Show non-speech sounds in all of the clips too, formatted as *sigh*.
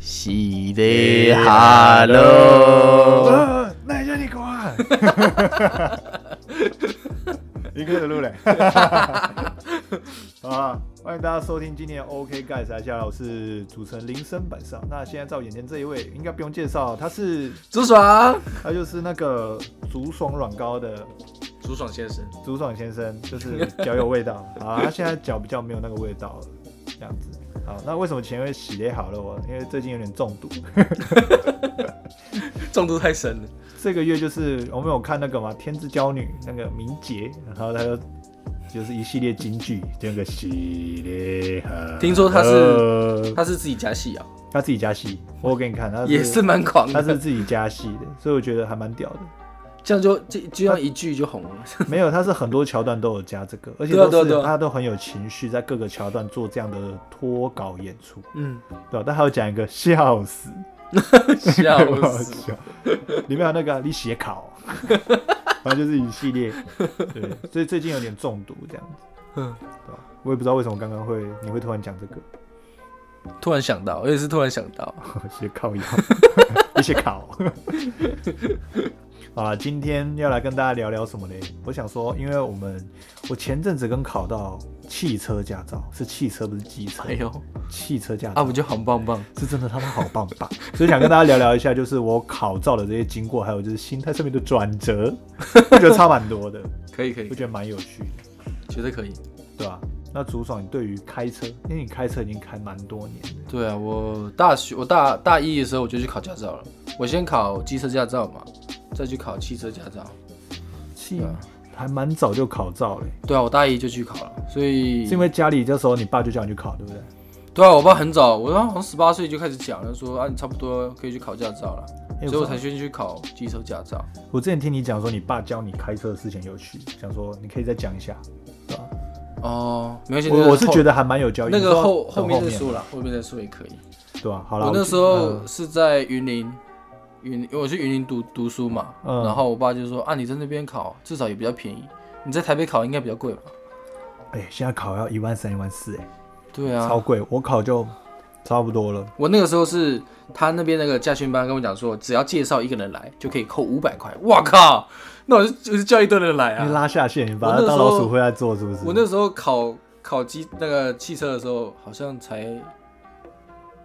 是的，Hello，啊那也叫你管。一个的路嘞。好啊，欢迎大家收听今年的 OK 盖才下来，我是主持人林森板上。那现在在我眼前这一位，应该不用介绍，他是朱爽，啊他就是那个竹爽软膏的朱爽先生，竹爽先生，就是脚有味道。好啊，他现在脚比较没有那个味道了，这样子。好，那为什么前面洗得好了我？因为最近有点中毒。中毒太深了，这个月就是我们有看那个嘛《天之娇女》那个明杰，然后他就就是一系列金句，这个系列。听说他是他是自己加戏啊，他自己加戏，我给你看，他也是蛮狂他是的，自己加戏的，所以我觉得还蛮屌 *laughs* 的。这样就就就像一句就红了，没有，他是很多桥段都有加这个，而且对啊都对啊是对啊他都很有情绪，在各个桥段做这样的脱稿演出，嗯，对吧？啊但还有讲一个笑死， *laughs* *laughs* 笑很好死，笑，里面有那个啊 *laughs* 你写考，反正就是一系列，对，所以最近有点中毒这样子。 *laughs* 嗯，对吧？我也不知道为什么刚刚会你会突然讲这个，突然想到，我也是突然想到，写靠腰， *laughs* 一些考。 *laughs* 好啦，今天要来跟大家聊聊什么嘞？我想说，因为我们我前阵子刚考到汽车驾照，是汽车不是机车，哎呦，汽车驾照。啊不就很棒棒，是真的他妈好棒棒， *laughs* 所以想跟大家聊聊一下，就是我考照的这些经过，还有就是心态上面的转折， *laughs* 我觉得差蛮多的，可以可以我，觉得蛮有趣的，绝对可以，对吧、那竹爽，你对于开车，因为你开车已经开蛮多年了，对啊，我大学我大大一的时候我就去考驾照了，我先考机车驾照嘛，再去考汽车驾照，气对啊还蛮早就考照嘞、对啊，我大一就去考了，所以是因为家里这时候你爸就叫你去考，对不对？对啊，我爸很早，我好像十八岁就开始讲了，说啊，你差不多可以去考驾照了，哎所以我不才知道先去考机车驾照。我之前听你讲说你爸教你开车的事情有趣，想说你可以再讲一下，对吧？哦，没关系，我我是觉得得还蛮有教育，那你个说后等后后面再嘛说了，后面再说也可以。对吧？好了，我那觉嗯时候是在云林，云因为我去云林读读书嘛，嗯然后我爸就说啊，你在那边考至少也比较便宜，你在台北考应该比较贵吧？哎、现在考要一万三、一万四，哎，对超啊，贵，我考就差不多了。我那个时候是他那边那个驾训班跟我讲说，只要介绍一个人来就可以扣五百块，哇靠，那我就我就叫一堆人来啊你。拉下线，你把我那它时当候老鼠会来做，是不是？我那时候考考机那个汽车的时候，好像才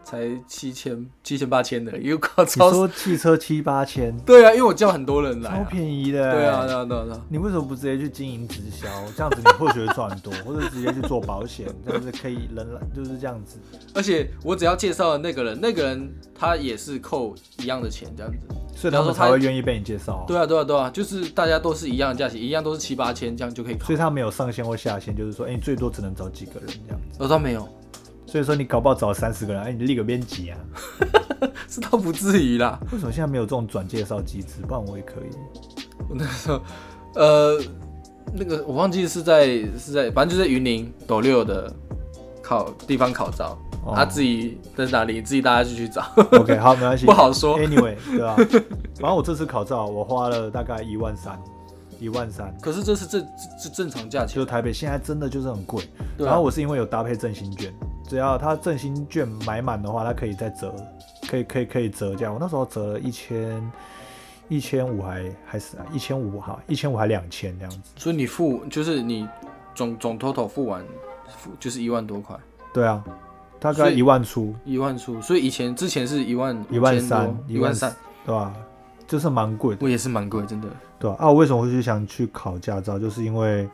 才七千七千八千的，因为考你超说汽车七八千，对啊，因为我叫很多人来、超啊，便宜的、对啊，对啊，对啊，对啊，你为什么不直接去经营直销？这样子你或许会赚很 *laughs* 多，或者直接去做保险，这样子可以人来就是这样子。而且我只要介绍了那个人，那个人他也是扣一样的钱这样子，所以他们才会愿意被你介绍、啊。对啊，对啊，对啊，就是大家都是一样的价钱，一样都是七八千，这样就可以考 *laughs* 所以。他没有上限或下限，就是说，哎、你最多只能找几个人这样子。我说没有，所以说你搞不好找三十个人，哎、你立个编辑啊？是倒不至于啦。为什么现在没有这种转介绍机制？不然我也可以。我那时候，呃，那个我忘记是在是在，反正就在云林斗六的考地方考照，哦他、自己在哪里，自己哎大家就去找， OK，好，没关系。 *laughs* 不好说。 Anyway，对吧、反正我这次考照，我花了大概一万三，一万三，可是这是正这正常价就钱是，台北现在真的就是很贵。对啊然后我是因为有搭配振兴券，只要它振兴券买满的话，它可以再折，可以可以可以折价。我那时候折了一千。一千五还还是一千五哈，一千五还两千这样子。所以你付就是你总总 total 付完，付就是一万多块，对啊，大所概以一万出，一万出。所以以前之前是一万一万五千多三，一万三，，对吧、就是蛮贵的，我也是蛮贵，真的。对吧、啊？我为什么会去想去考驾照，就是因为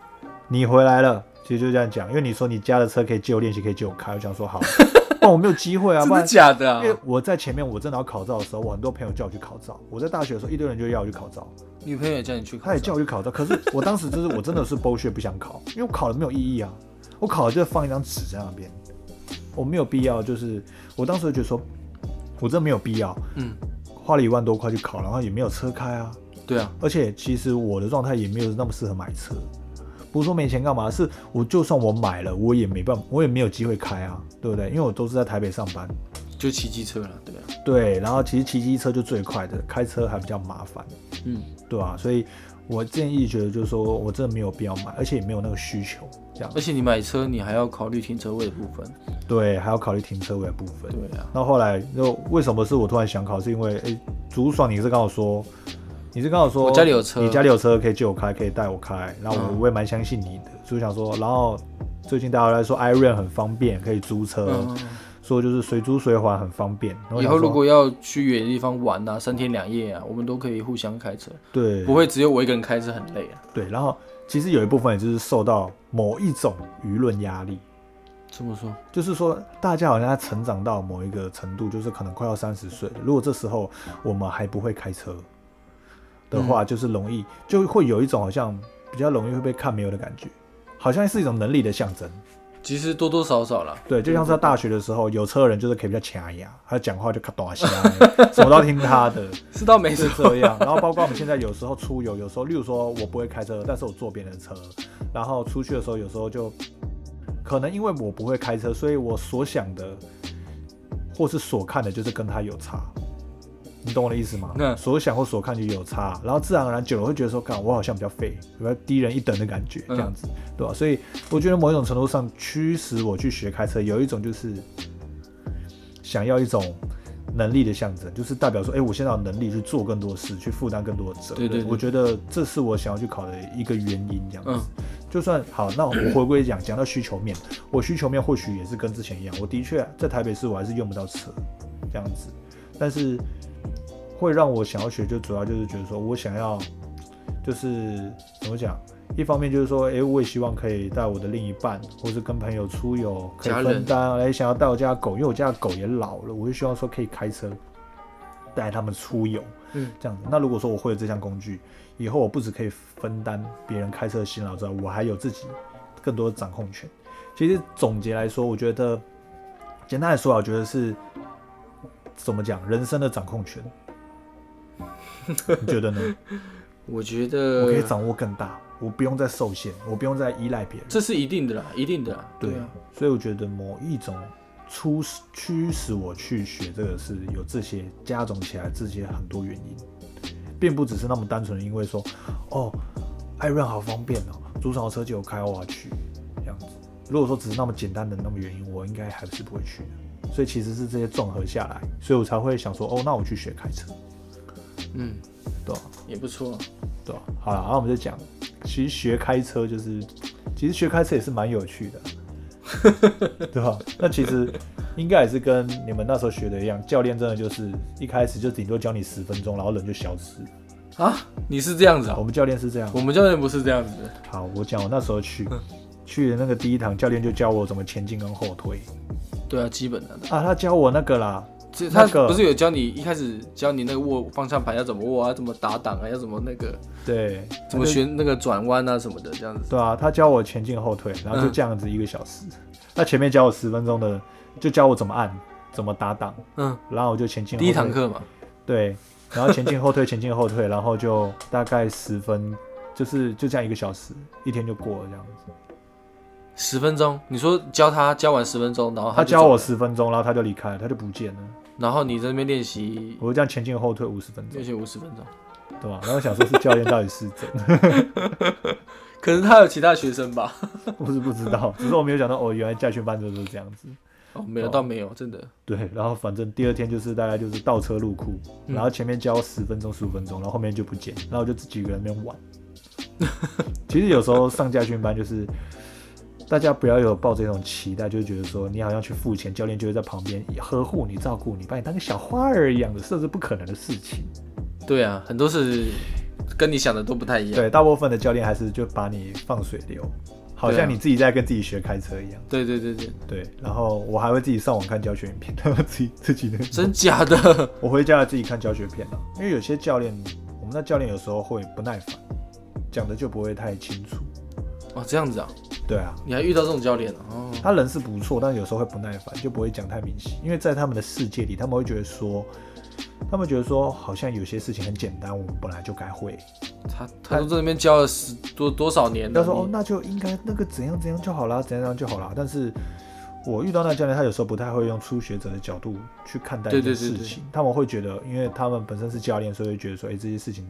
你回来了，其实就这样讲，因为你说你家的车可以借我练习，可以借我开，我想说好， *laughs* 但我没有机会啊，真不的然。假的因？啊为我在前面，我真的要考照的时候，我很多朋友叫我去考照。我在大学的时候，一堆人就要我去考照，女朋友也叫你去考他也叫照，我去考照。可是我当时就是我真的是 bullshit 不想考，因为我考了没有意义啊。我考了就是放一张纸在那边，我没有必要。就是我当时就觉得说，我真的没有必要。嗯，花了一万多块去考，然后也没有车开啊。对啊，而且其实我的状态也没有那么适合买车，不是说没钱干嘛，是我就算我买了，我也没办法，我也没有机会开啊，对不对？因为我都是在台北上班，就骑机车了，对啊。对，然后其实骑机车就最快的，开车还比较麻烦，嗯，对啊，所以我建议觉得就是说我真的没有必要买，而且也没有那个需求，这样而且你买车，你还要考虑停车位的部分。对，还要考虑停车位的部分。对啊，那后来就为什么是我突然想考，是因为诶，竹爽你是跟我说，你是跟我说我家里有车你家里有车可以借我开，可以带我开，然后我嗯我也蛮相信你的，所以我想说，然后最近大家都在说 i r o n 很方便，可以租车，嗯，说就是随租随还很方便。呃然后我以想后如说果要去远的地方玩啊，三天两夜啊，我们都可以互相开车，对不会只有我一个人开车很累啊。对，然后其实有一部分也就是受到某一种舆论压力，这么说，就是说，大家好像在成长到某一个程度，就是可能快要三十岁了。如果这时候我们还不会开车的话，就是容易就会有一种好像比较容易会被看没有的感觉，好像是一种能力的象征。其实多多少少啦，对，就像是在大学的时候，有车的人就是可以比较卡牙，他讲话就卡短瞎， *laughs* 什么都要听他的，是倒没是错。这样。然后包括我们现在有时候出游，有时候例如说我不会开车，但是我坐别人的车，然后出去的时候有时候就可能因为我不会开车，所以我所想的或是所看的就是跟他有差。你懂我的意思吗？嗯所想或所看就有差，然后自然而然久了会觉得说，干我好像比较废，比较低人一等的感觉，这嗯样子，对吧？所以我觉得某一种程度上驱使我去学开车，有一种就是想要一种能力的象征，就是代表说，哎、我现在有能力去做更多事，去负担更多的责任。对对对我觉得这是我想要去考的一个原因，这样子。嗯就算好，那我回归讲，讲到需求面，我需求面或许也是跟之前一样，我的确在台北市我还是用不到车，这样子，但是会让我想要学，就主要就是觉得说我想要，就是怎么讲？一方面就是说，诶，我也希望可以带我的另一半，或是跟朋友出游，可以家人分担，也想要带我家的狗，因为我家的狗也老了，我就希望说可以开车带他们出游，嗯，这样子。那如果说我会了这项工具，以后我不只可以分担别人开车的辛劳之外，我还有自己更多的掌控权。其实总结来说，我觉得简单来说啊，我觉得是怎么讲，人生的掌控权。你觉得呢？ *laughs* 我觉得我可以掌握更大，我不用再受限，我不用再依赖别人。这是一定的啦，一定的啦。对啊，，所以我觉得某一种促使驱使我去学这个是有这些加总起来这些很多原因，并不只是那么单纯的因为说，哦，艾润好方便哦，主场的车就有开，我要去这样子。如果说只是那么简单的那么原因，我应该还是不会去的。所以其实是这些综合下来，所以我才会想说，哦，那我去学开车，嗯，对吧、也不错。对吧、好了，然后我们就讲，其实学开车就是，其实学开车也是蛮有趣的，对 *laughs* 吧、那其实应该也是跟你们那时候学的一样，教练真的就是一开始就顶多教你十分钟，然后人就消失。啊，你是这样子啊、我们教练是这样我。嗯们教练不是这样子的。好，我讲我那时候去。去的那个第一堂，教练就教我怎么前进跟后退对啊，基本的。啊，他教我那个啦，这那他个不是有教你一开始教你那个握方向盘要怎么握啊，怎么打档啊，要怎么那个对，怎么旋那个转弯啊什么的这样子。对啊，他教我前进后退，然后嗯就这样子一个小时。那前面教我十分钟的，就教我怎么按，怎么打档，嗯，然后我就前进后退。第一堂课嘛，对，然后前进后退，前进后退，然后就大概十分，就是就这样一个小时，一天就过了这样子。十分钟，你说教他教完十分钟，然后他哦就教走我了，十分钟，然后他就离开了，他就不见了。然后你在那边练习我就这样前进后退五十分钟练，习五十分钟。 *laughs* 对吧？然后想说是教练到底是怎，可能他有其他学生吧？我是不知道，只是我没有想到哦，原来驾训班就是这样子。哦，没有，倒没有，真的。对，然后反正第二天就是大概就是倒车入库，嗯然后前面教十分钟十五分钟，然后后面就不见，然后我就自己一个人在那边 *laughs* 玩。其实有时候上家训班就是，大家不要有抱着一种期待，就觉得说你好像去付钱，教练就会在旁边呵护你、照顾你，把你当个小花儿一样的，甚至不可能的事情。对啊，很多是跟你想的都不太一样。对，大部分的教练还是就把你放水流，好对啊像你自己在跟自己学开车一样。对对对对，对，然后我还会自己上网看教学影片，然后自己自己的真假的？我回家自己看教学片了、因为有些教练，我们那教练有时候会不耐烦，讲的就不会太清楚。哦，这样子啊，对啊，你还遇到这种教练啊哦？他人是不错，但有时候会不耐烦，就不会讲太明细，因为在他们的世界里，他们会觉得说，他们觉得说好像有些事情很简单，我们本来就该会。他他都在那边教了十多多少年他了，说哦，你那就应该那个怎样怎样就好啦，怎样怎样就好啦。但是我遇到那个教练，他有时候不太会用初学者的角度去看待一件对对对事情，对他们会觉得，因为他们本身是教练，所以会觉得说，哎、这些事情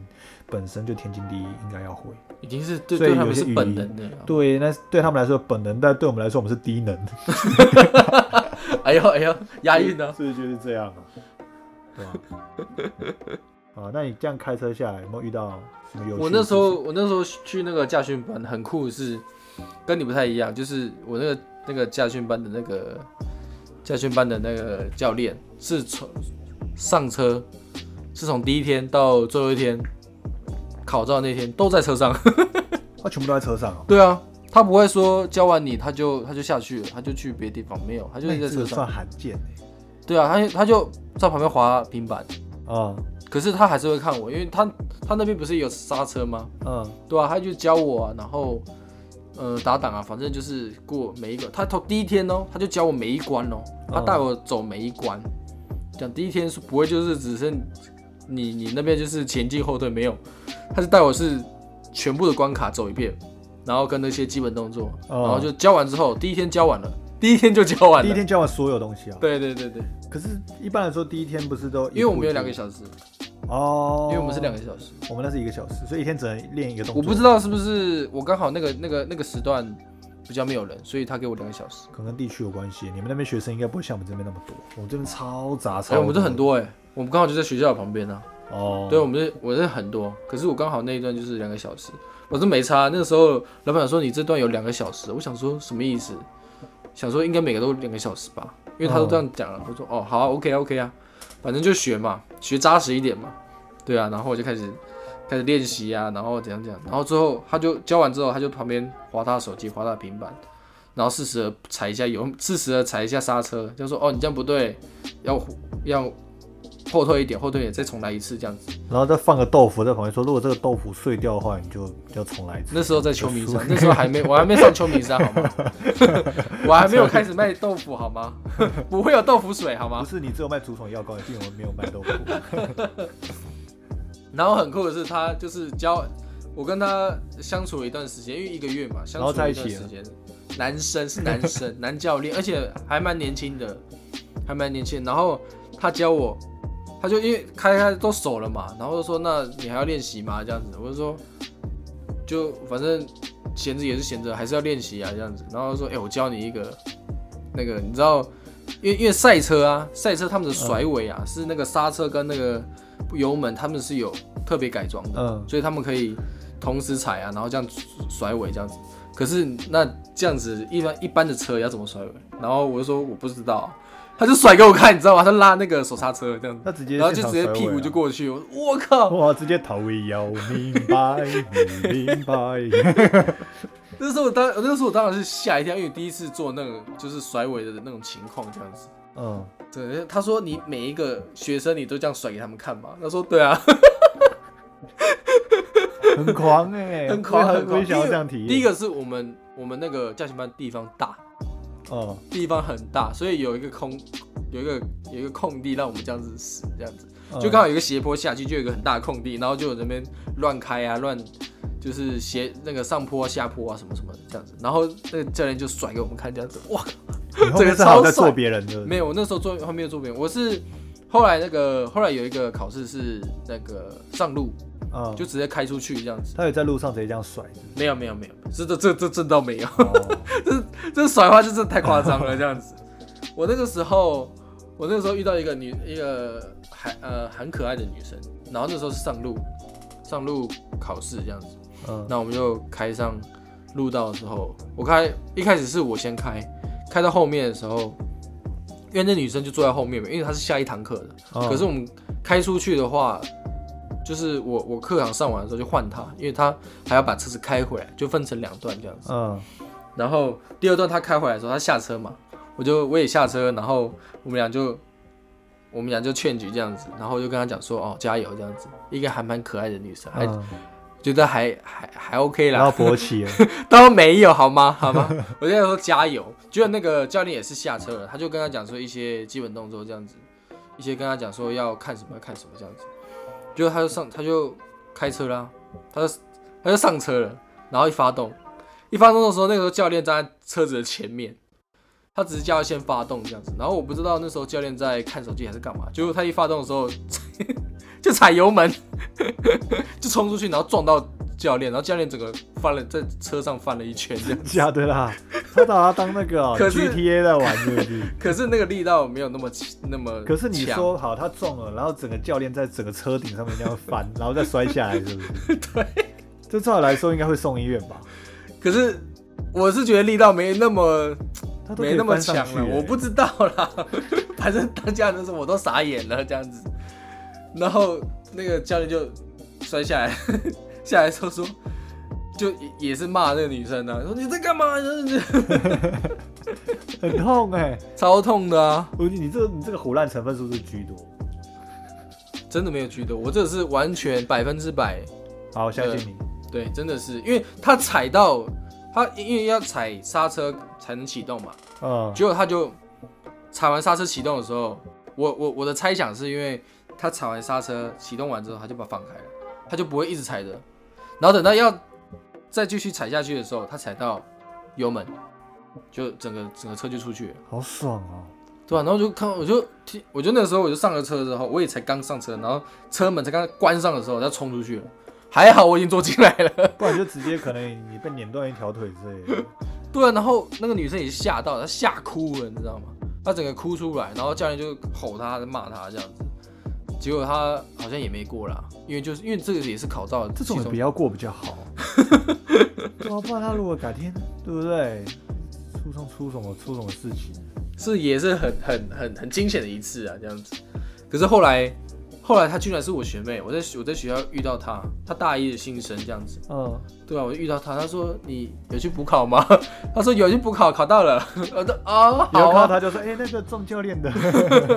本身就天经地义，应该要会。已经是哦对所以对他有们些是语本音能的了。对，那对他们来说本能，但对我们来说，我们是低能。哎呦 *laughs* 哎呦，押韵呢、所以就是这样啊，对吧？ *laughs* 啊，那你这样开车下来，有没有遇到什么有趣的事情？我那时候我那时候去那个驾训班很酷的是，跟你不太一样，就是我那个那个驾训班的那个驾训班的那个教练是从上车是从第一天到最后一天考照那天都在车上。他全部都在车上哦、对啊，他不会说教完你他就他就下去了，他就去别的地方，没有，他那就是你在哎这车个上。算罕见欸对啊，他他就在旁边滑平板，嗯可是他还是会看我，因为他他那边不是有刹车吗？嗯对啊，他就教我啊，然后呃打档啊，反正就是过每一个。他从第一天哦，他就教我每一关哦，他嗯带我走每一关。讲第一天是不会就是只剩你你那边就是前进后退没有，他是带我是全部的关卡走一遍，然后跟那些基本动作，哦然后就教完之后，第一天教完了，第一天就教完第一了。天教完所有东西啊。对对对对，可是，一般来说，第一天不是都因为我们有两个小小时，哦，因为我们是两个小时。我们那是一个小时，所以一天只能练一个动作。我不知道是不是我刚好那个那个那个时段比较没有人，所以他给我两个小时。可能跟地区有关系。你们那边学生应该不会像我们这边那么多，我们这边超杂超哎、多。我们这很多哎、我们刚好就在学校旁边啊。哦，对，我们这我这很多，可是我刚好那一段就是两个小时，我是没差。那个时候老板说你这段有两个小时，我想说什么意思？想说应该每个都两个小时吧，因为他都这样讲了。我说哦，好啊，OK 啊，OK 啊，反正就学嘛，学扎实一点嘛。对啊，然后我就开始开始练习啊，然后怎样怎样，然后最后他就教完之后，他就旁边划他的手机，划他的平板，然后适时的踩一下油，适时的踩一下刹车，就说哦你这样不对，要要后退一点，后退一点，再重来一次这样子。然后再放个豆腐在旁边说，如果这个豆腐碎掉的话，你就要重来一次。那时候在秋名山，那时候还没，我还没上秋名山好吗？ *laughs* 我还没有开始卖豆腐好吗？ *laughs* 不会有豆腐水好不吗？是你只有卖竹筒药膏，你并没有卖豆腐。然后很酷的是，他就是教我跟他相处了一段时间，因为一个月嘛，相处了一段时间。男生是男生， *laughs* 男教练，而且还蛮年轻的，还蛮年轻的。然后他教我，他就因为开开都熟了嘛，然后就说那你还要练习吗？这样子，我就说就反正闲着也是闲着，还是要练习啊这样子。然后说哎、我教你一个那个，你知道，因为因为赛车啊，赛车他们的甩尾啊、是那个刹车跟那个油门他们是有特别改装的，嗯，所以他们可以同时踩啊，然后这样甩尾这样子。可是那这样子一般一般的车要怎么甩尾？然后我就说我不知道啊，他就甩给我看，你知道吗？他拉那个手刹车这样子，那直接然后就直现接场甩尾屁股啊就。过去。我说我靠！哇，哦直接头尾要明白，你明白。那时候我当那时候我当然是吓一跳，因为第一次做那个就是甩尾的那种情况这样子。 *laughs* 嗯，对，他说你每一个学生你都这样甩给他们看嘛？他说对啊， *laughs* 很狂哎、很狂我也很我狂。也想要这样体验。第一个是我们我们那个驾训班地方大，嗯，地方很大，所以有一个空，有一个有一个空地让我们这样子死，这样子嗯，就刚好有一个斜坡下去，就有一个很大的空地，然后就有人边乱开啊，乱就是斜那个上坡啊、下坡啊什么什么的这样子，然后那个教练就甩给我们看这样子，哇，你后这面个是好超在帅做别人的，没有，我那时候做后面做别人，我是后来那个后来有一个考试是那个上路，嗯，就直接开出去这样子，他有在路上直接这样甩 *laughs* 是没有没有没有，这这这这这倒没有。 *laughs* 不是哦这甩花就真的太夸张了，这样子。我那个时候，我那个时候遇到一个女，一个还呃很可爱的女生，然后那时候是上路，上路考试这样子，嗯，那我们就开上路道的时候，我开一开始是我先开，开到后面的时候，因为那女生就坐在后面嘛，因为她是下一堂课的，嗯可是我们开出去的话，就是我我课堂上完的时候就换她，因为她还要把车子开回来，就分成两段这样子。嗯然后第二段他开回来的时候，他下车嘛，我就我也下车，然后我们俩就我们俩就劝局这样子，然后我就跟他讲说哦加油这样子，一个还蛮可爱的女生，还、嗯，觉得还还还 OK 然后啦，勃起 *laughs* 了，当然没有好吗？好吗？ *laughs* 我就跟他说加油，结果那个教练也是下车了，他就跟他讲说一些基本动作这样子，一些跟他讲说要看什么要看什么这样子，结果他就上他就开车啦，他就他就上车了，然后一发动，一发动的时候，那个时候教练站在车子的前面，他只是叫他先发动这样子。然后我不知道那时候教练在看手机还是干嘛，结果他一发动的时候 *laughs* 就踩油门， *laughs* 就冲出去，然后撞到教练，然后教练整个翻了在车上翻了一圈这样。 *laughs* 假的啊啦，他把它当那个、哦、可是 GTA 在玩，是不 *laughs* 是？可是那个力道没有那么起那么，可是你说好他中了，然后整个教练在整个车顶上面这样 *laughs* 翻，然后再摔下来，是不是？对，这照理来说应该会送医院吧？可是我是觉得力道没那么他都可以没那么翻上强去了，欸我不知道啦。 *laughs* 反正当下的时候我都傻眼了这样子，然后那个教练就摔下来， *laughs* 下来之后说，就也也是骂那个女生呢、啊，说你在干嘛？很痛哎、超痛的啊！我觉得你这个你这个胡乱成分是不是居多？真的没有觉得，我这是完全百分之百，好，相信你。对，真的是，因为他踩到他，因为要踩刹车才能启动嘛，嗯，结果他就踩完刹车启动的时候，我我我的猜想是因为他踩完刹车启动完之后，他就把它放开了，他就不会一直踩着，然后等到要再继续踩下去的时候，他踩到油门，就整个整个车就出去了，好爽哦。对吧、啊然后就看我就听，我就那时候我就上了车之后，我也才刚上车，然后车门才刚关上的时候，他冲出去了，还好我已经坐进来了。不然就直接可能你被碾断一条腿之类的。对啊，然后那个女生也吓到，她吓哭了，你知道吗？她整个哭出来，然后教练就吼她、骂她这样子。结果她好像也没过啦，因为就是因为这个也是考照的这其种中，也不要过比较 *laughs* 好。对啊，不然他如果改天，对不对？出上出什么出什么事情？是也是很很很很惊险的一次啊，这样子。可是后来后来她居然是我学妹，我在我在学校遇到她，她大一的新生这样子。嗯，对啊，我就遇到她，她说你有去补考吗？ *laughs* 她说有去补考，考到了。我说哦，以后看好到啊。他就说，哎、那个撞教 *laughs* 练的， *laughs*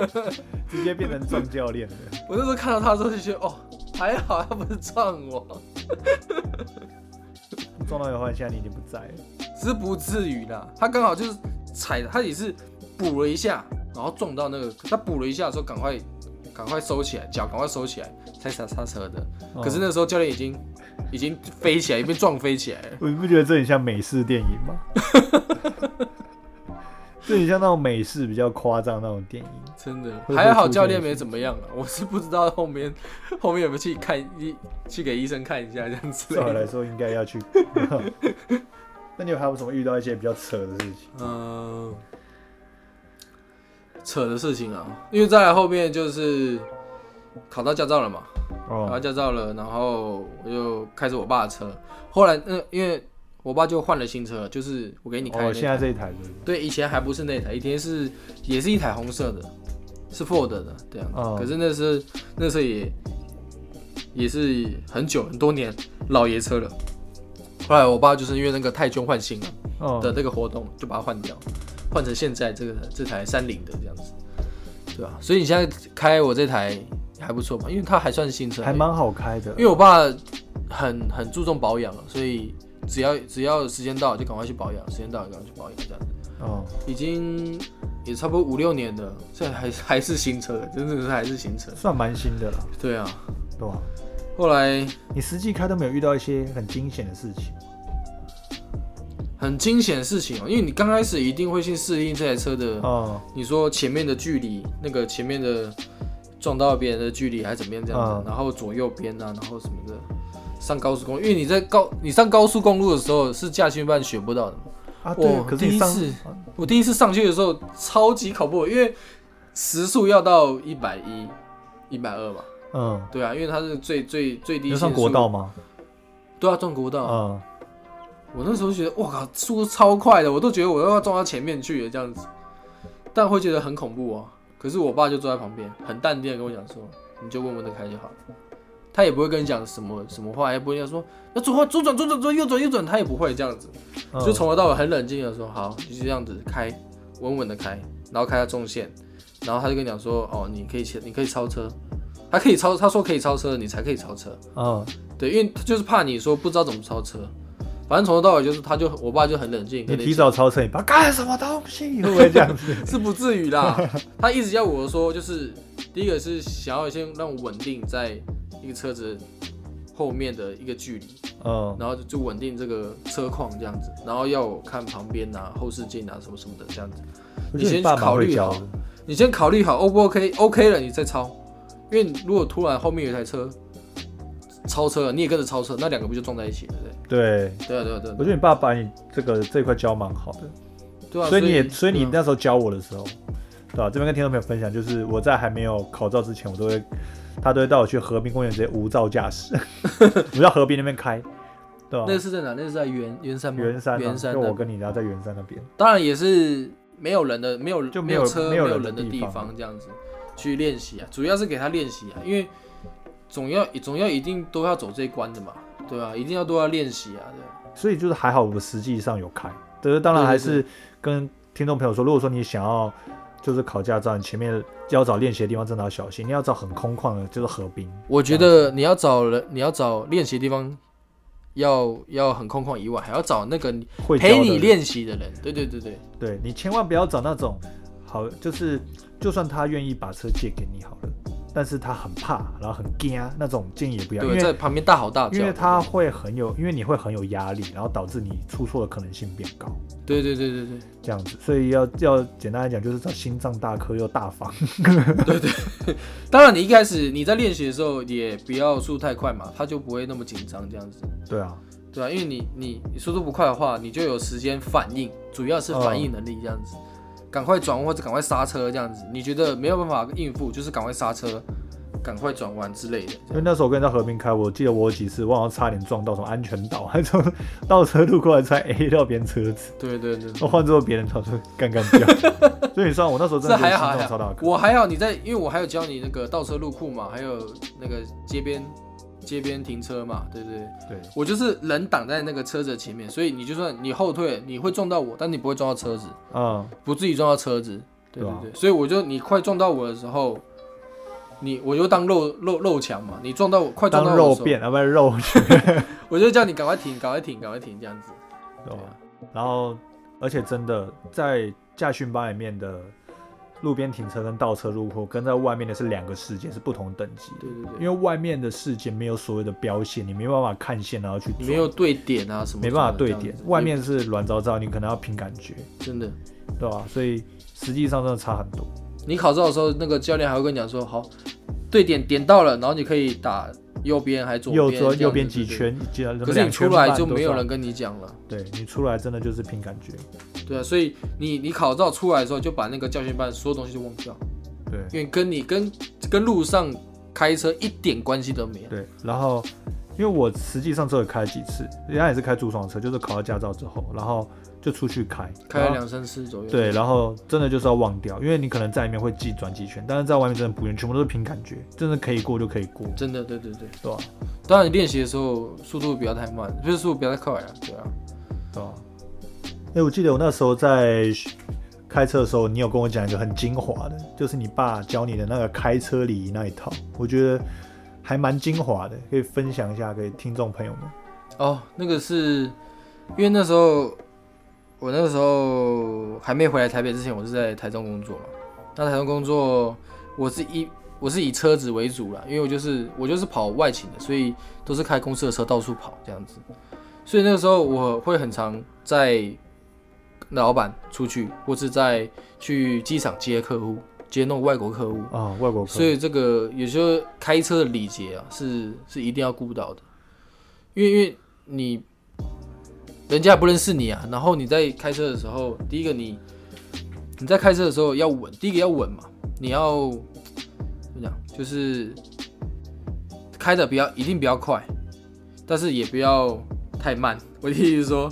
直接变成撞教练的。我那时候看到她的时候就觉得哦，还好她不是撞我。撞到以后，现在你已经不在了。是不至于啦，他刚好就是踩，他也是补了一下，然后撞到那个，他补了一下的时候，赶快赶快收起来，脚赶快收起来，才踩刹车的。嗯可是那时候教练已经已经飞起来，已经被撞飞起来了。我不觉得这很像美式电影吗？ *laughs* 这很像那种美式比较夸张那种电影。真的，会还好会出教练现没怎么样啊，我是不知道后面后面有没有去看医，去给医生看一下这样子。照理来说，应该要去。 *laughs* 那你有还有什么遇到一些比较扯的事情？嗯，扯的事情啊，因为再来后面就是考到驾照了嘛，哦然后驾照了，然后我就开着我爸的车。后来，嗯、因为我爸就换了新车，就是我给你开哦，的那现台。在这一台对不对？对，以前还不是那台，以前是也是一台红色的，是 Ford 的这样子。哦可是那是那时候也也是很久很多年老爷车了。后来我爸就是因为那个太凶换新了。哦的这个活动，就把它换掉，换成现在这个这台三菱的这样子，对吧、所以你现在开我这台还不错嘛，因为它还算新车，还蛮好开的因为。我爸很很注重保养了，所以只要只要时间到就赶快去保养，时间到就赶快去保养，这样子哦，已经也差不多五六年了，这还还是新车，真的是还是新车，算蛮新的了，对啊，对吧？后来你实际开都没有遇到一些很惊险的事情，很惊险的事情哦、因为你刚开始一定会去适应这台车的哦，你说前面的距离，那个前面的撞到别人的距离还怎么样这样子，嗯然后左右边啊，然后什么的，上高速公路，因为你在高你上高速公路的时候是驾训班学不到的嘛。啊，我对，可是第一你上次啊我第一次上去的时候超级恐怖，因为时速要到一百一、一百二嘛，嗯，对啊，因为它是最最最低你有限上国速道，吗？对啊，撞国道。嗯，我那时候觉得，哇靠，速度超快的，我都觉得我要撞到前面去了这样子，但会觉得很恐怖哦。可是我爸就坐在旁边，很淡定的跟我讲说，你就问问的开就好了。他也不会跟你讲什么什么话，也不会跟你说要左左转左转左右转右转，他也不会这样子，嗯就从头到尾很冷静的说，好，就这样子开，稳稳的开，然后开到中线，然后他就跟你讲说，哦，你可以切，你可以超车，他可以超，他说可以超车，你才可以超车。嗯对，因为他就是怕你说不知道怎么超车，反正从头到尾就是他就我爸就很冷静，你跟提讲早超车，你爸干什么东西？会不会这 *laughs* 样子？是不至于啦。他一直要我说，就是第一个是想要先让我稳定在一个车子后面的一个距离，嗯，然后就稳定这个车况这样子，然后要我看旁边啊、后视镜啊什么什么的这样子。我觉你得先爸妈考会虑教好的。你先考虑好 O 不 OK，OK、了你再超，因为如果突然后面有一台车超车了，你也跟着超车，那两个不就撞在一起了？对对，对啊对啊对啊我觉得你爸把你这个这一块教蛮好的，对啊，所以你也所以你对啊那时候教我的时候，对吧、这边跟听众朋友分享，就是我在还没有考照之前，我都会他都会带我去河滨公园直接无照驾驶， *laughs* 我在河边那边开，对吧、那是在哪？那是在圆圆山吗？哦圆山、啊，圆山就那我边跟你然后在圆山那边，当然也是没有人的，没有就没没有车没有有人的人的地地方方这样子去练习啊，主要是给他练习啊，因为总要总要一定都要走这一关的嘛，对吧、一定要都要练习啊，对啊。所以就是还好我实际上有开，但是当然对对还是跟听众朋友说，如果说你想要就是考驾照，你前面要找练习的地方真的要小心，你要找很空旷的，就是河滨，我觉得你要找人，你要找练习的地方，要要很空旷以外，还要找那个会教的陪人你练习的人。对对对对，对你千万不要找那种好，就是就算他愿意把车借给你好了，但是他很怕，然后很惊啊那种建议也不要，因对，为在旁边大吼大因叫为。他会很有，因为你会很有压力，然后导致你出错的可能性变高，对对对对对，这样子，所以要要简单来讲，就是找心脏大颗又大 *laughs* 方，当然你一开始你在练习的时候也不要速度太快嘛，他就不会那么紧张这样子。对啊，对啊，因为你你你速度不快的话，你就有时间反应，主要是反应能力这样子，赶、快转弯或者赶快刹车这样子。你觉得没有办法应付，就是赶快刹车，赶快转弯之类的。这因为样那时候我跟人在河边开，我记得我有几次，我好像差点撞到什么安全岛，还从倒车路过来才 A 到别人车子，对对对，我换做别人倒车干干 *laughs* 掉，所以你算我那时候真这的是还心好还脏超大好，颗，我还好。你在，因为我还有教你那个倒车入库嘛，还有那个街边街边停车嘛，对不对？对。我就是人挡在那个车子的前面，所以你就算你后退，你会撞到我，但你不会撞到车子。嗯，不自己撞到车子，对对对啊对，所以我就你快撞到我的时候，你我就当肉肉肉墙嘛，你撞到我快撞到当我肉的时候，便啊，不是肉我就叫你赶快停，赶快停，赶快停这样子。对哦啊，然后，而且真的在驾训班里面的路边停车跟倒车入库，跟在外面的是两个世界，是不同等级的。对对对，因为外面的世界没有所谓的标线，你没办法看线然后去你撞，没有对点啊什么，没办法对点这样。子外面是软糟糟，你可能要凭感觉，真的，对吧？所以实际上真的差很多。你考照的时候，那个教练还会跟你讲说，好，对点点到了，然后你可以打右边还左边，右这样左子右边几。对对圈，几对可可是你出来就没有人，跟你讲了，对你出来真的就是凭感觉，对啊，所以你你考照出来的时候就把那个教训班所有东西都忘掉。对。因为跟你跟跟路上开车一点关系都没有。对，然后因为我实际上只有开几次，人家也是开租房车，就是考到驾照之后，然后就出去开，开然了后两三次左右。对，然后真的就是要忘掉，因为你可能在里面会记转几圈，但是在外面真的不用，全部都是凭感觉，真的可以过就可以过，真的，对对对。对吧、当然，你练习的时候速度不要太慢，不是速度不要太快啊，对啊。对吧、哎、我记得我那时候在学开车的时候，你有跟我讲一个很精华的，就是你爸教你的那个开车礼仪那一套，我觉得还蛮精华的，可以分享一下给听众朋友们。哦，那个是因为那时候我那个时候还没回来台北之前，我是在台中工作嘛。那台中工作，我是以我是以车子为主啦，因为我就是我就是跑外勤的，所以都是开公司的车到处跑这样子。所以那个时候我会很常在老板出去，或是在去机场接客户，接那种外国客户。啊、外国客所以这个有时候开车的礼节啊，是是一定要顾到的，因为因为你人家也不认识你啊，然后你在开车的时候，第一个你你在开车的时候要稳，第一个要稳嘛，你要怎么讲，就是开的不要一定不要快，但是也不要太慢。我的意思是说，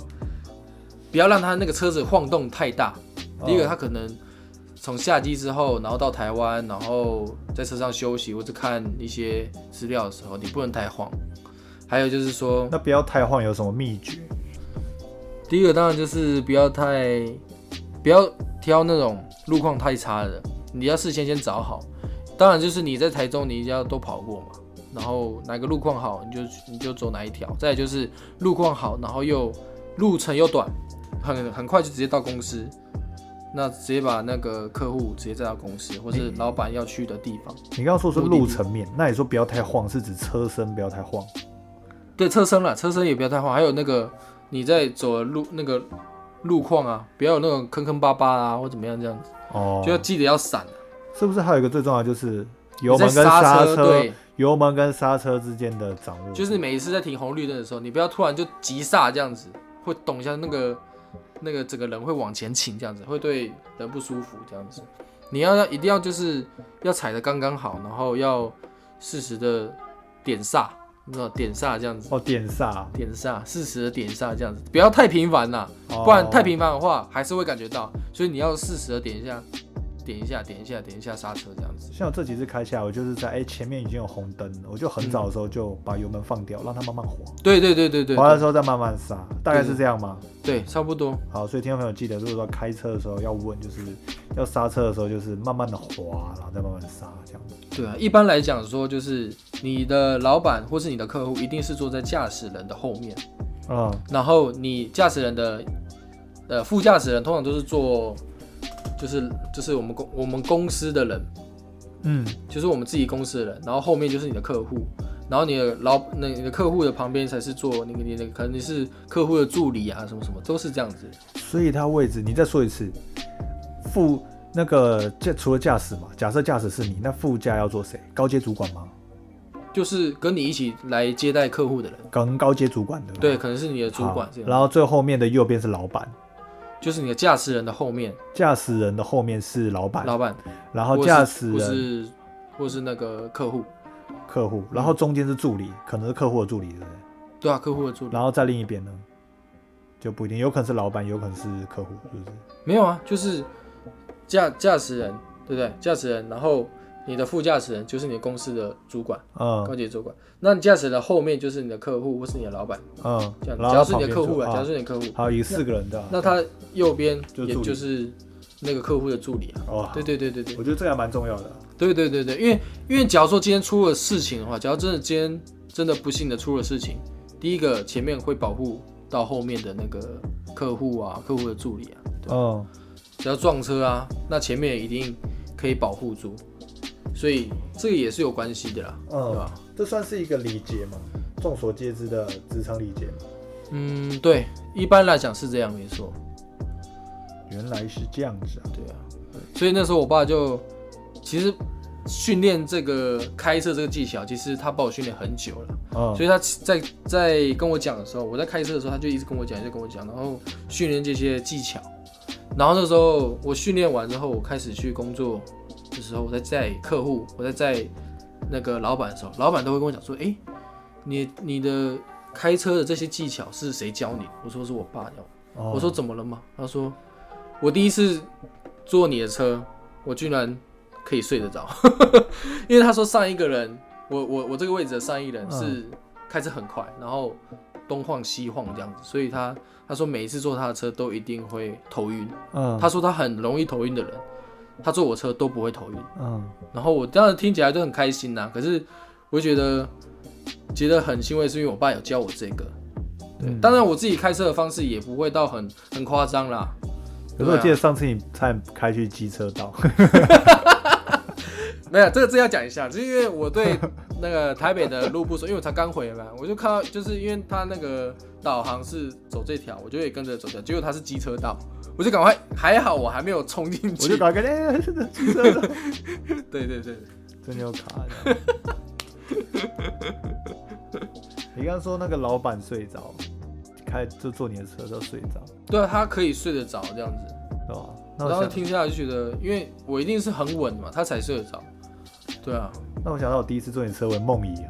不要让他那个车子晃动太大，第一个，哦他可能从下机之后，然后到台湾，然后在车上休息或者看一些资料的时候，你不能太慌。还有就是说，那不要太晃有什么秘诀？第一个当然就是不要太，不要挑那种路况太差的，你要事先先找好。当然就是你在台中，你一定要都跑过嘛，然后哪个路况好，你就你就走哪一条。再来就是路况好，然后又路程又短，很很快就直接到公司，那直接把那个客户直接载到公司，或是老板要去的地方。你刚刚说是路层面，那你说不要太晃，是指车身不要太晃对，车身啦，车身也不要太晃，还有那个你在走的路那个路况啊，不要有那种坑坑巴巴啊或怎么样这样子，哦，就要记得要闪、啊。是不是还有一个最重要的就是油你在门跟刹车对，油门跟刹车之间的掌握？就是你每一次在停红绿灯的时候，你不要突然就急刹这样子，会懂一下那个那个整个人会往前倾这样子，会对人不舒服这样子。你要要一定要就是要踩的刚刚好，然后要适时的点刹，你知道点刹这样子，哦，点刹，点刹适时的点刹这样子，不要太频繁啦，哦不然太频繁的话还是会感觉到，所以你要适时的点一下，点一下，点一下，点一下刹车这样子。像我这几次开下来，我就是在哎、前面已经有红灯了，我就很早的时候就把油门放掉，让它慢慢滑，对对对对对滑的对时候再慢慢刹，大概是这样吗？对，差不多。好，所以听众朋友记得，如果说开车的时候要稳，就是要刹车的时候就是慢慢的滑，然后再慢慢刹这样子。对啊，一般来讲说，就是你的老板或是你的客户一定是坐在驾驶人的后面，嗯，然后你驾驶人的呃副驾驶人通常都是坐，就是就是我们公我们公司的人，嗯，就是我们自己公司的人，然后后面就是你的客户，然后你的老那你的客户的旁边才是坐那个你的可能你是客户的助理啊什么什么都是这样子，所以它位置，你再说一次，副那个驾除了驾驶嘛，假设驾驶是你，那副驾要做谁？高阶主管吗？就是跟你一起来接待客户的人，跟高阶主管对吧？对，可能是你的主管好这样，然后最后面的右边是老板，就是你的驾驶人的后面驾驶人的后面是老板，老板，然后或是哦驾驶或人是或是那个客户，客户，然后中间是助理，可能是客户的助理，对不对？对啊，客户的助理然后在另一边呢，就不一定，有可能是老板，有可能是客户，是不是？没有啊，就是驾驾驶人对不对？驾驶人，然后你的副驾驶人就是你公司的主管，嗯高级主管，那你驾驶人的后面就是你的客户或是你的老板。嗯这，样，然只要后是你的客户了，啊，假如啊是你的客户，好，有四个人的，那他右边就是也助理就是那个客户的助理啊。哦，对对对对对我觉得这个还蛮重要的。对对对对，因为因为假如说今天出了事情的话，假如真的今天真的不幸的出了事情，第一个前面会保护到后面的那个客户啊，客户的助理啊，对吧？嗯，只要撞车啊，那前面也一定可以保护住，所以这个也是有关系的啦，嗯对吧？这算是一个礼节嘛？众所皆知的职场礼节嘛。嗯，对，一般来讲是这样，没错。原来是这样子啊！对啊，所以那时候我爸就其实训练这个开车这个技巧，其实他把我训练很久了。嗯，所以他在在跟我讲的时候，我在开车的时候，他就一直跟我讲，就跟我讲，然后训练这些技巧。然后那时候我训练完之后，我开始去工作的时候，我在载客户，我在载那个老板的时候，老板都会跟我讲说：“哎，你你的开车的这些技巧是谁教你？”我说：“是我爸教。”哦我说怎么了吗？他说我第一次坐你的车，我居然可以睡得着， *laughs* 因为他说上一个人，我我我这个位置的上一人嗯是开车很快，然后东晃西晃这样子，所以他他说每一次坐他的车都一定会头晕，嗯，他说他很容易头晕的人，他坐我车都不会头晕。嗯，然后我当然听起来都很开心呐、可是我觉得觉得很欣慰，是因为我爸有教我这个。对，嗯当然我自己开车的方式也不会到很很夸张啦。可是对我啊记得上次你差点开去机车道，没有，这个这个要讲一下，就是因为我对那个台北的路不 *laughs* 熟，因为我才刚回来嘛，我就看到，就是因为他那个导航是走这条，我就也跟着走这条，结果他是机车道，我就赶快，还好我还没有冲进 *laughs* 我就去。搞个哎，机车道， *laughs* 对对对，真的有卡。你刚刚说那个老板睡着，开就坐你的车都睡着，对啊，他可以睡得着这样子。对吧？那然后我想，听下来就觉得，因为我一定是很稳嘛，他才睡得着。对啊，那我想到我第一次坐你车为梦怡啊，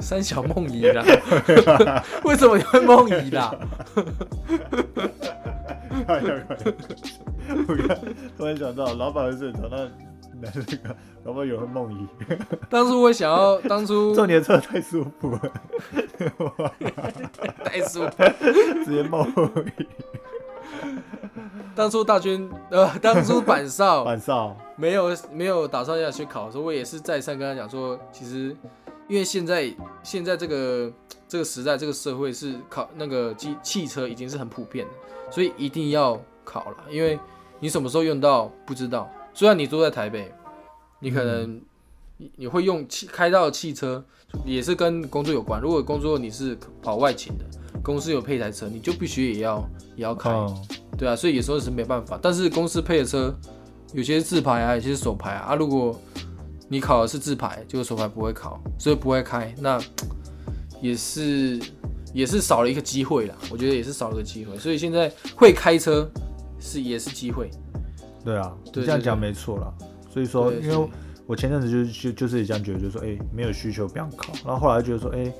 三小梦遗啦，为什么你会梦啊遗啦？ *laughs* 我刚突然想到，老板会睡着，那那个老板有人梦遗，当初我想要，当初坐你的车太舒服了，太舒服。直接梦 *laughs* 遗。当初大军，呃，当初板少晚上，没有没有打算要去考的时候，我也是再三跟他讲说，其实因为现在现在这个这个时代这个社会是考那个机汽车已经是很普遍的，所以一定要考了，因为你什么时候用到不知道。虽然你住在台北，你可能你你会用汽开到的汽车，也是跟工作有关。如果工作你是跑外勤的，公司有配台车，你就必须也要也要开，嗯，对啊，所以有时候是没办法。但是公司配的车，有些是自排啊，有些是手排啊。啊如果你考的是自排，结果手排不会考，所以不会开，那也是也是少了一个机会啦。我觉得也是少了一个机会，所以现在会开车是也是机会。对啊，你对这样对讲对没错啦。所以说，对因为我前阵子就是就就是也这样觉得，就是说，哎、没有需求不要考。然后后来觉得说，哎、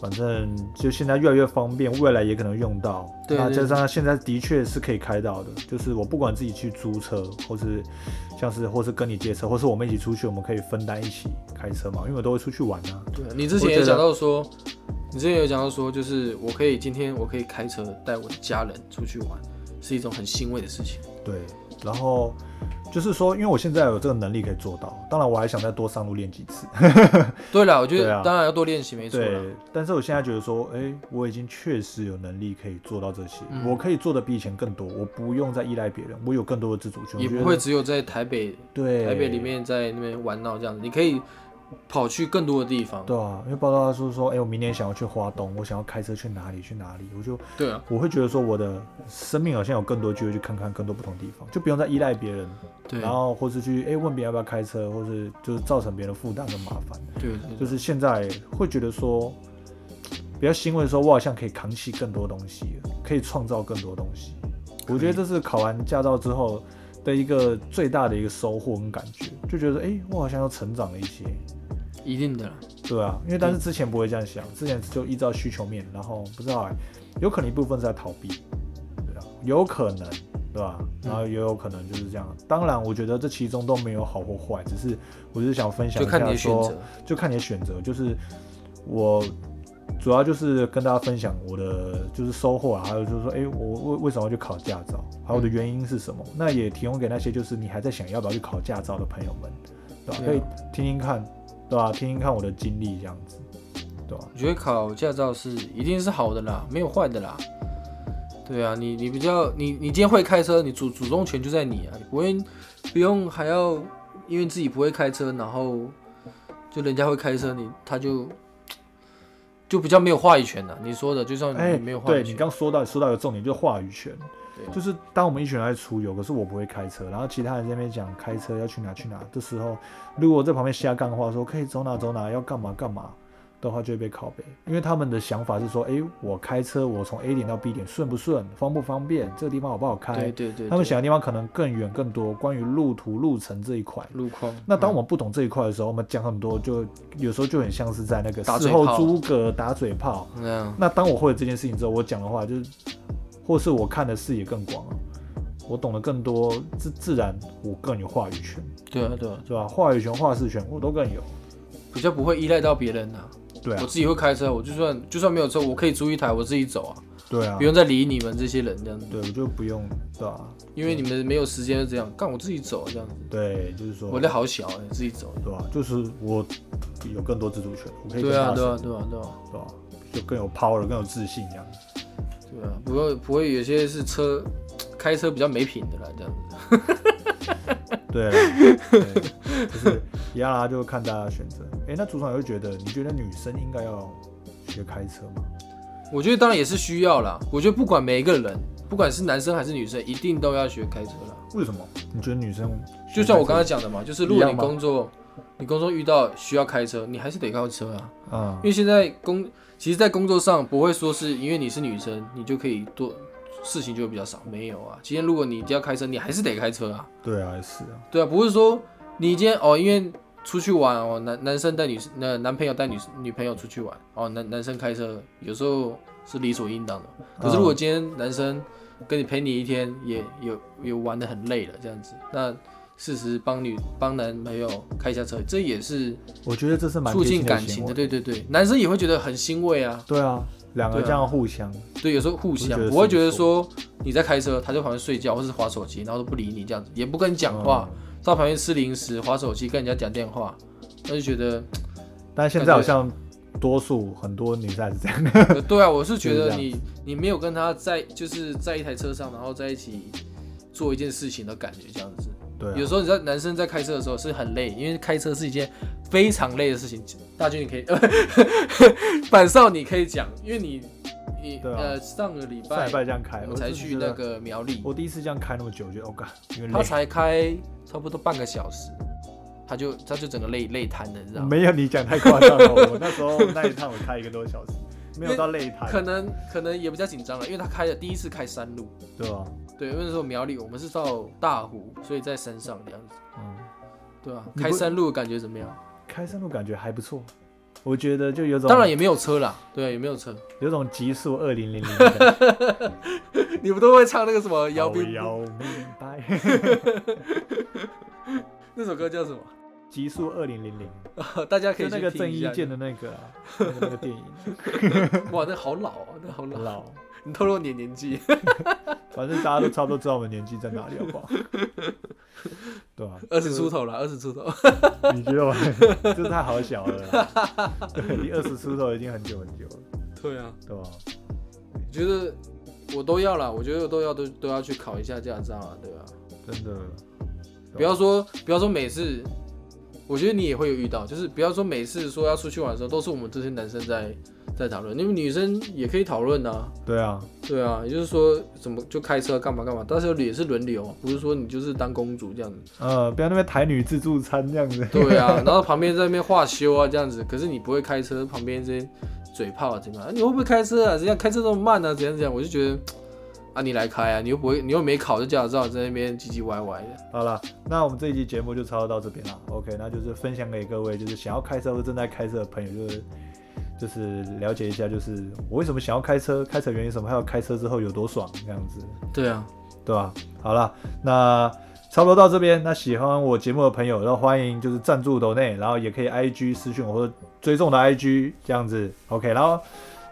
反正就现在越来越方便，未来也可能用到。对那对加上现在的确是可以开到的，就是我不管自己去租车，或是像是或是跟你借车，或是我们一起出去，我们可以分担一起开车嘛，因为我都会出去玩啊。对啊，你之前也讲到说，你之前有讲到说，就是我可以今天我可以开车带我的家人出去玩，是一种很欣慰的事情。对，然后就是说，因为我现在有这个能力可以做到，当然我还想再多上路练几次。对了，我觉对得啊当然要多练习，没错啦。对，但是我现在觉得说，哎、我已经确实有能力可以做到这些，嗯我可以做的比以前更多，我不用再依赖别人，我有更多的自主权，也我觉不得会只有在台北对台北里，面在那边玩闹这样子，你可以跑去更多的地方。对啊，因为报道他说说，哎、我明年想要去花东，我想要开车去哪里去哪里，我就对啊，我会觉得说，我的生命好像有更多机会去看看更多不同地方，就不用再依赖别人，对，然后或是去哎、问别人要不要开车，或是就是造成别人的负担跟麻烦，对对就对是现在会觉得说。比较欣慰，说我好像可以扛起更多东西了，可以创造更多东西。我觉得这是考完驾照之后的一个最大的一个收获跟感觉，就觉得哎、诶我好像又成长了一些，一定的啦。对啊，因为但是之前不会这样想，之前就依照需求面，然后不知道、欸，有可能一部分是在逃避，对啊，有可能，对吧、嗯然后也有可能就是这样。当然，我觉得这其中都没有好或坏，只是我是想分享就一下看你说，的选择。就看你的选择。就是我主要就是跟大家分享我的就是收获啊，还有就是说，哎、我为为什么要去考驾照，还有我的原因是什嗯么？那也提供给那些就是你还在想要不要去考驾照的朋友们，对吧、可对以啊听听看，对吧、听听看我的经历这样子，对吧、我觉得考驾照是一定是好的啦，没有坏的啦。对啊，你你比较你你今天会开车，你主主动权就在你啊，你不会不用还要因为自己不会开车，然后就人家会开车，你他就就比较没有话语权了。你说的，就算哎、哦你没有话对语你权，刚说到说到一个重点，就是话语权对。就是当我们一群人在出游，可是我不会开车，然后其他人在那边讲开车要去哪去哪的时候，如果在旁边瞎干话说可以走哪走哪，要干嘛干嘛的话，就会被拷贝，因为他们的想法是说，哎、我开车我从 A 点到 B 点顺不顺，方不方便，这个地方好不好开？对对对，他们对想的地方可能更远更多，关于路途路程这一块。路况，那当我嗯们不懂这一块的时候，我们讲很多就有时候就很像是在那个打事嘴后炮诸葛打嘴炮，那样那当我会了这件事情之后，我讲的话就是，或是我看的视野更广了，我懂得更多，自自然我更有话语权，对啊对啊，是吧？话语权、话事权我都更有，比较不会依赖到别人啊。对啊我，自己会开车，我就算就算没有车，我可以租一台我自己走啊，对啊不，用再理你们这些人这样子。对，我就不用，对啊，因为你们没有时间就这样干，我自己走啊这样子，对，啊就是说，我的好小、你自己走。啊对吧？就是我有更多自主权，我可以跟对啊，他对说，啊，对啊，对啊，对吧？就更有 power，更有自信这样。对啊，不会不会有些是车开车比较没品的啦，这样子。对 *laughs* 啊，对就是一样啦，就看大家选择。哎、那组长也会觉得，你觉得女生应该要学开车吗？我觉得当然也是需要啦，我觉得不管每一个人，不管是男生还是女生，一定都要学开车啦。为什么？你觉得女生学嗯就像我开车刚才讲的嘛，就是如一果样你吗工作，你工作遇到需要开车，你还是得开车啊，啊因，为现在工，其实，在工作上不会说是因为你是女生，你就可以多事情就会比较少，没有啊。今天如果你要开车，你还是得开车啊。对啊，也是啊，对啊，不是说你今天哦，因为出去玩哦，男男生带女生，那男朋友带女女朋友出去玩哦，男男生开车有时候是理所应当的。可是如果今天男生跟你陪你一天，也也也玩的很累了这样子，那事实帮女帮男朋友开一下车，这也是我觉得这是蛮促贴进心感行情为的。对对对，男生也会觉得很欣慰啊。对啊，两个对啊这样互相，嗯对，有时候互我相觉得是不会觉得说你在开车，他在旁边睡觉或是划手机，然后都不理你这样子，也不跟你讲话。嗯到旁边吃零食、划手机、跟人家讲电话，那就觉 *laughs* 得，但现在好像多数很多女生还是这 *laughs* 样，呃对啊，我是就觉是这得样你你没有跟他在就是在一台车上，然后在一起做一件事情的感觉这样子。对啊有时候你在男生在开车的时候是很累，因为开车是一件非常累的事情，大军你可以， *laughs* 呃、板少你可以讲，因为你你、对啊呃上个礼上拜礼拜这样开，我我们才真的去觉得那，个苗栗，我第一次这样开那么久，我觉得哦，干，因为他累。才开差不多半个小时，他就他就整个累累瘫了，你知道吗？没有你讲太夸张了， *laughs* 我那时候那一趟我开一个多小时，没有到累可瘫，能可能也比较紧张了，因为他开的第一次开山路，对吧？对，因为那时候苗栗我们是到大湖，所以在山上这样子，嗯，对啊，你不开山路的感觉怎么样？开山路感觉还不错，我觉得就有种当然也没有车啦，对啊，也没 *laughs* 有车，有种极速二零零零的你们都会唱那个什 *laughs* 么哦摇摇兵摇明白，那首歌叫什么？极速二零零零， *laughs* 大家可就以那去个听郑一伊下。健的那个啊那个那个电影， *laughs* 哇，那好老啊，那好老，老， *laughs* 你透露你的年纪。反正大家都差不多知道我们年纪在哪里，好 *laughs* 不好？对吧、二十出头了，二十出头。你觉得我 *laughs* 这太好小了啦，对，你二十出头已经很久很久了， *laughs* 对啊，对吧、我觉得我都要啦，我觉得我都要都都要去考一下驾照啊，对吧、真的，不要说不要说每次，我觉得你也会有遇到，就是不要说每次说要出去玩的时候，都是我们这些男生在在讨论，你们女生也可以讨论啊，对啊，对啊，也就是说怎么就开车干嘛干嘛，但是也是轮流，啊不是说你就是当公主这样子，呃，不要那边台女自助餐这样子， *laughs* 对啊，然后旁边在那边画修啊这样子，可是你不会开车，旁边这些嘴炮啊怎么样？啊你会不会开车啊？怎样开车这么慢啊？怎样怎样？我就觉得啊，你来开啊，你又不会，你又没考这驾照，在那边唧唧歪歪的。好了，那我们这一期节目就差不多到这边了。OK，那就是分享给各位，就是想要开车或正在开车的朋友，就是就是了解一下，就是我为什么想要开车，开车原因是什么，还有开车之后有多爽，这样子，对啊，对吧？好了，那差不多到这边。那喜欢我节目的朋友，然后欢迎就是赞助抖内，然后也可以 IG 私讯我或者追踪我的 IG 这样子。OK，然后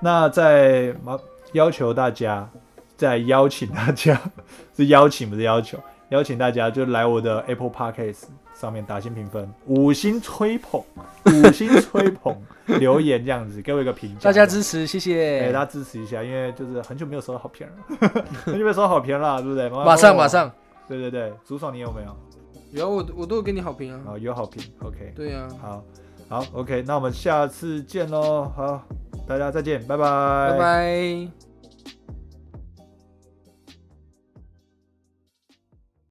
那再麻要求大家，再邀请大家 *laughs* 是邀请不是要求。邀请大家就来我的 Apple Podcast 上面打新评分，五星吹捧，五星吹 *laughs* 捧，留言这样子，给我一个评价，大家支持，谢哎、谢。大家支持一下，因为就是很久没有收到好评了， *laughs* 很久没有收到好评了，对不对？ *laughs* 马上马，上，对对对，竹爽你有没有？有啊，我我都有给你好评啊。好，有好评，OK，对啊，好，好，OK，那我们下次见喽，好，大家再见，拜拜，拜拜。